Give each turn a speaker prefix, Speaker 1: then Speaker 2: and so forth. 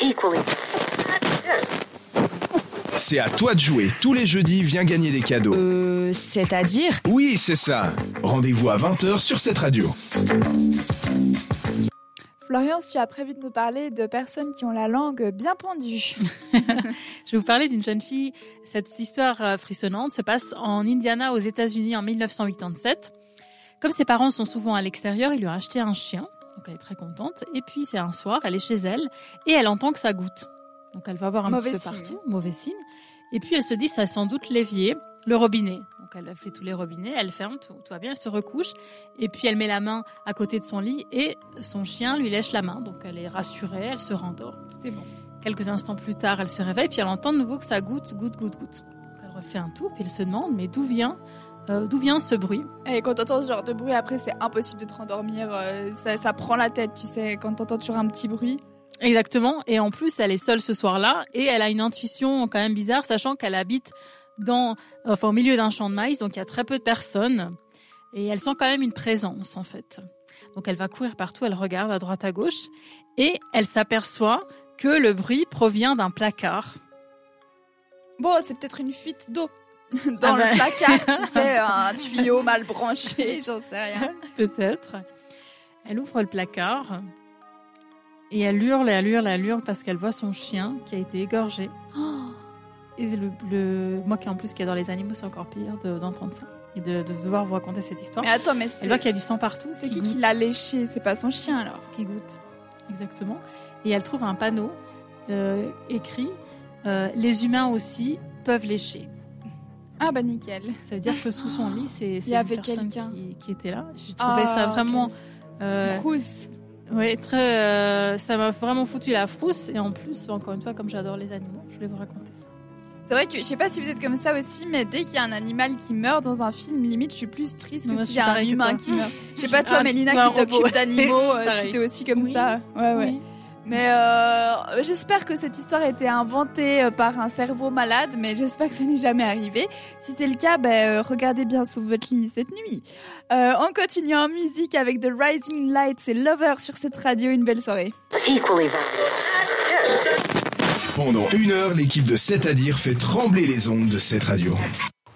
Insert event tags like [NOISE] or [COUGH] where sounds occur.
Speaker 1: equally.
Speaker 2: C'est à toi de jouer. Tous les jeudis, viens gagner des cadeaux.
Speaker 3: Euh, c'est-à-dire
Speaker 2: Oui, c'est ça. Rendez-vous à 20h sur cette radio.
Speaker 4: Florian, tu as prévu de nous parler de personnes qui ont la langue bien pendue.
Speaker 5: Je vais vous parler d'une jeune fille. Cette histoire euh, frissonnante se passe en Indiana, aux États-Unis, en 1987. Comme ses parents sont souvent à l'extérieur, il lui a acheté un chien. Donc elle est très contente. Et puis c'est un soir, elle est chez elle et elle entend que ça goûte. Donc elle va voir un
Speaker 4: Mauvais
Speaker 5: petit peu
Speaker 4: signe.
Speaker 5: partout, mauvais signe. Et puis elle se dit, ça sans doute l'évier, le robinet. Donc elle fait tous les robinets, elle ferme, tout, tout va bien, elle se recouche. Et puis elle met la main à côté de son lit et son chien lui lèche la main. Donc elle est rassurée, elle se rendort. Tout est bon. Quelques instants plus tard, elle se réveille, puis elle entend de nouveau que ça goûte, goûte, goûte, goûte. Donc elle refait un tour, puis elle se demande, mais d'où vient, euh, d'où vient ce bruit
Speaker 4: Et quand t'entends ce genre de bruit, après, c'est impossible de te rendormir. euh, ça, ça prend la tête, tu sais, quand t'entends toujours un petit bruit.
Speaker 5: Exactement. Et en plus, elle est seule ce soir-là et elle a une intuition quand même bizarre, sachant qu'elle habite dans, enfin, au milieu d'un champ de maïs, donc il y a très peu de personnes. Et elle sent quand même une présence, en fait. Donc elle va courir partout, elle regarde à droite à gauche et elle s'aperçoit que le bruit provient d'un placard.
Speaker 4: Bon, c'est peut-être une fuite d'eau. [LAUGHS] Dans
Speaker 5: Ah
Speaker 4: le
Speaker 5: bah. [LAUGHS]
Speaker 4: placard, tu sais, un tuyau mal branché, [LAUGHS] j'en sais rien.
Speaker 5: Peut-être. Elle ouvre le placard et elle hurle, elle hurle, elle hurle parce qu'elle voit son chien qui a été égorgé.
Speaker 4: Oh,
Speaker 5: Et le, le- moi qui en plus qui adore les animaux, c'est encore pire de- d'entendre ça et de, de devoir vous raconter cette histoire.
Speaker 4: Mais attends, mais Ah, c'est
Speaker 5: Elle voit qu'il y a du sang partout.
Speaker 4: c'est qui
Speaker 5: goûte,
Speaker 4: qui l'a léché C'est pas son chien alors
Speaker 5: qui goûte Exactement. Et elle trouve un panneau euh, écrit euh, Les humains aussi peuvent lécher.
Speaker 4: Ah bah nickel.
Speaker 5: Ça veut dire que sous son lit, c'est c'est
Speaker 4: Ah, Il
Speaker 5: une
Speaker 4: y avait
Speaker 5: personne
Speaker 4: quelqu'un.
Speaker 5: qui, qui était là. J'ai trouvé
Speaker 4: Ah,
Speaker 5: ça vraiment. euh,
Speaker 4: Rousse.
Speaker 5: Ouais, très. euh, ça m'a vraiment foutu la frousse. Et en plus, bah, encore une fois, comme j'adore les animaux, je voulais vous raconter ça.
Speaker 4: C'est vrai que je sais pas si vous êtes comme ça aussi, mais dès qu'il y a un animal qui meurt dans un film, limite je suis plus triste
Speaker 5: Non,
Speaker 4: que
Speaker 5: moi,
Speaker 4: s'il
Speaker 5: je suis
Speaker 4: y a un
Speaker 5: pareil que
Speaker 4: humain
Speaker 5: toi.
Speaker 4: qui meurt.
Speaker 5: [LAUGHS]
Speaker 4: Je sais pas toi,
Speaker 5: Un-
Speaker 4: Mélina,
Speaker 5: un
Speaker 4: qui t'occupe
Speaker 5: robot. [LAUGHS]
Speaker 4: d'animaux, euh, si
Speaker 5: Pareil.
Speaker 4: t'es aussi comme
Speaker 5: Oui.
Speaker 4: ça. Ah Ouais, ouais. Mais euh, j'espère que cette histoire a été inventée euh, par un cerveau malade, mais j'espère que ça n'est jamais arrivé. Si c'est le cas, ben, euh, regardez bien sous votre lit cette nuit. Euh, on continue en musique avec The Rising Lights et Lover sur cette radio. Une belle soirée.
Speaker 1: Equally valid.
Speaker 2: Pendant une heure, l'équipe de C'est à dire fait trembler les ondes de cette radio.